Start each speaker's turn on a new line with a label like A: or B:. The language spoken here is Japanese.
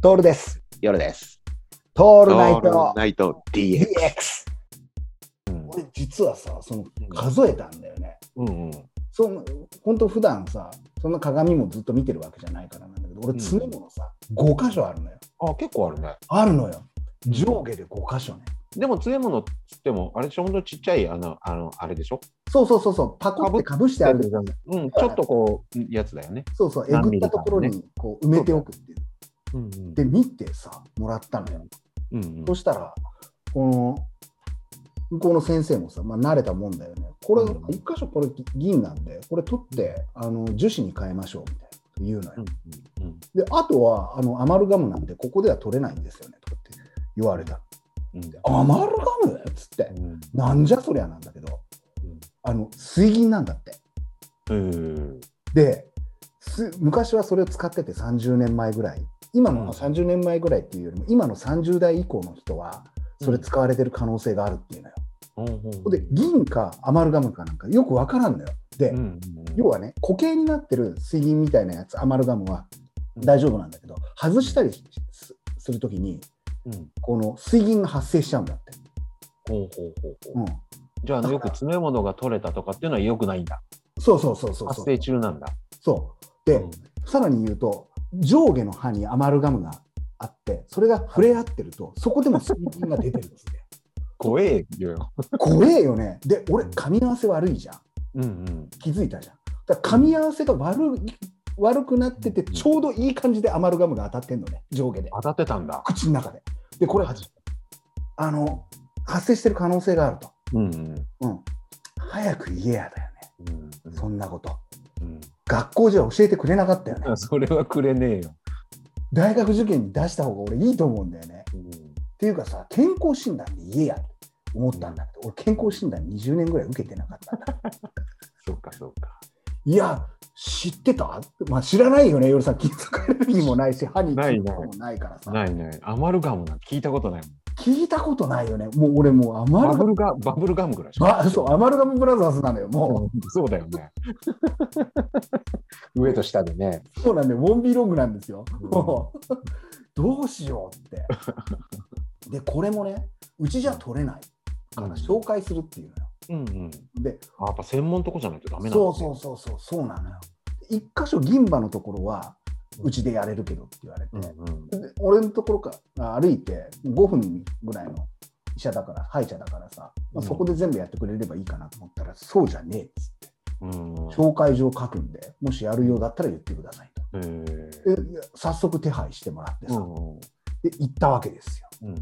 A: トールです。
B: 夜です。
A: ト
B: オ
A: ールナイト
B: ナイト DX。
A: DX。
B: うん
A: 俺実はさ、その数えたんだよね。
B: うんうん。
A: その本当普段さ、そんな鏡もずっと見てるわけじゃないからなんだけど、俺詰め物さ、5箇所あるのよ。
B: あ、結構あるね。
A: あるのよ。上下で5箇所ね。
B: でも、杖物っつっても、あれでしょ、ほんとちっちゃい、あの、あの、あれでしょ。
A: そうそうそうそう、パコってかぶしてある。
B: うん、ちょっとこう、やつだよね。
A: そうそう、えぐったところにこう埋めておくっていう。
B: うんうん
A: で、見てさ、もらったのよ。
B: うんうん
A: そしたら、この、向こうの先生もさ、まあ、慣れたもんだよね。これ、
B: うん
A: 一箇所これ銀なんで、これ取って、あの、樹脂に変えましょうみたいな言うのよ。
B: うんうん
A: で、あとは、あの、アマルガムなんで、ここでは取れないんですよね、とかって言われた。
B: うん
A: アマルガムっつって、
B: うん
A: なんじゃそりゃなんだけど、
B: うん
A: あの、水銀なんだって。
B: うん
A: で、す昔はそれを使ってて30年前ぐらい、今の、
B: うん
A: 30年前ぐらいっていうよりも、今の30代以降の人は、それ使われてる可能性があるっていうのよ。
B: うん
A: で銀かアマルガムかなんかよくわからんのよ。で、
B: うん
A: 要はね固形になってる水銀みたいなやつアマルガムは大丈夫なんだけど外したりしすするときに
B: うん
A: この水銀が発生しちゃうんだって。
B: ほうほうほうほ
A: う、
B: うんじゃああのよく詰め物が取れたとかっていうのはよくないんだ
A: そうそうそうそう
B: 発
A: そう。
B: 生中なんだ
A: そうで、
B: うん
A: さらに言うと上下の歯にアマルガムがあってそれが触れ合ってるとそこでも水銀が出てるんですね。
B: 怖えよ
A: 怖えよね。で俺噛み合わせ悪いじゃん。
B: うんうん
A: 気づいたじゃん。だから噛み合わせが悪い悪くなってて、
B: うん
A: ちょうどいい感じでアマルガムが当たってんのね、上下で、
B: 当たってたんだ
A: 口の中で。で、これ、あの発生してる可能性があると。
B: うんうん
A: うん、早く言えやだよね、
B: うんうん
A: そんなこと。
B: うん
A: 学校じゃ教えてくれなかったよね。
B: あそれはくれねえよ。
A: 大学受験に出した方が俺いいと思うんだよね。っていうかさ、健康診断で言えやって思ったんだけど、俺健康診断20年ぐらい受けてなかったんだ。
B: そうかそうか。
A: いや、知ってたまあ知らないよね、夜さん、金属アレルギーもないし、歯に
B: ない
A: 効くもないからさ。
B: ないない。アマルガムなんて聞いたことないもん。
A: 聞いたことないよね。もう俺もうアマ
B: バ
A: ル
B: ブ
A: ガム、
B: ルガバブルガムぐらいしか
A: ま、そう、アマルガムブラザーズなのよ。も
B: うんそうだよね。 上と下でね。
A: う、そうなんで、ウォンビーロングなんですよ。
B: うん
A: もう、どうしようって。で、これもね、うちじゃ取れないから紹介するっていうのよ。
B: うんうん。
A: で、
B: あやっぱ専門とこじゃないとダメなんだ
A: そ
B: ね
A: うそうそうそう、そうなのよ。一箇所銀歯のところは、うちでやれるけどって言われて、
B: うんうん。
A: で俺のところから歩いて5分ぐらいの医者だから、歯医者だからさ、まあ、そこで全部やってくれればいいかなと思ったら、そうじゃねえっつって。
B: うん
A: 紹介状書くんで、もしやるようだったら言ってくださいと。
B: へえ
A: で早速手配してもらってさ、
B: うんうん
A: で行ったわけですよ。
B: うんうん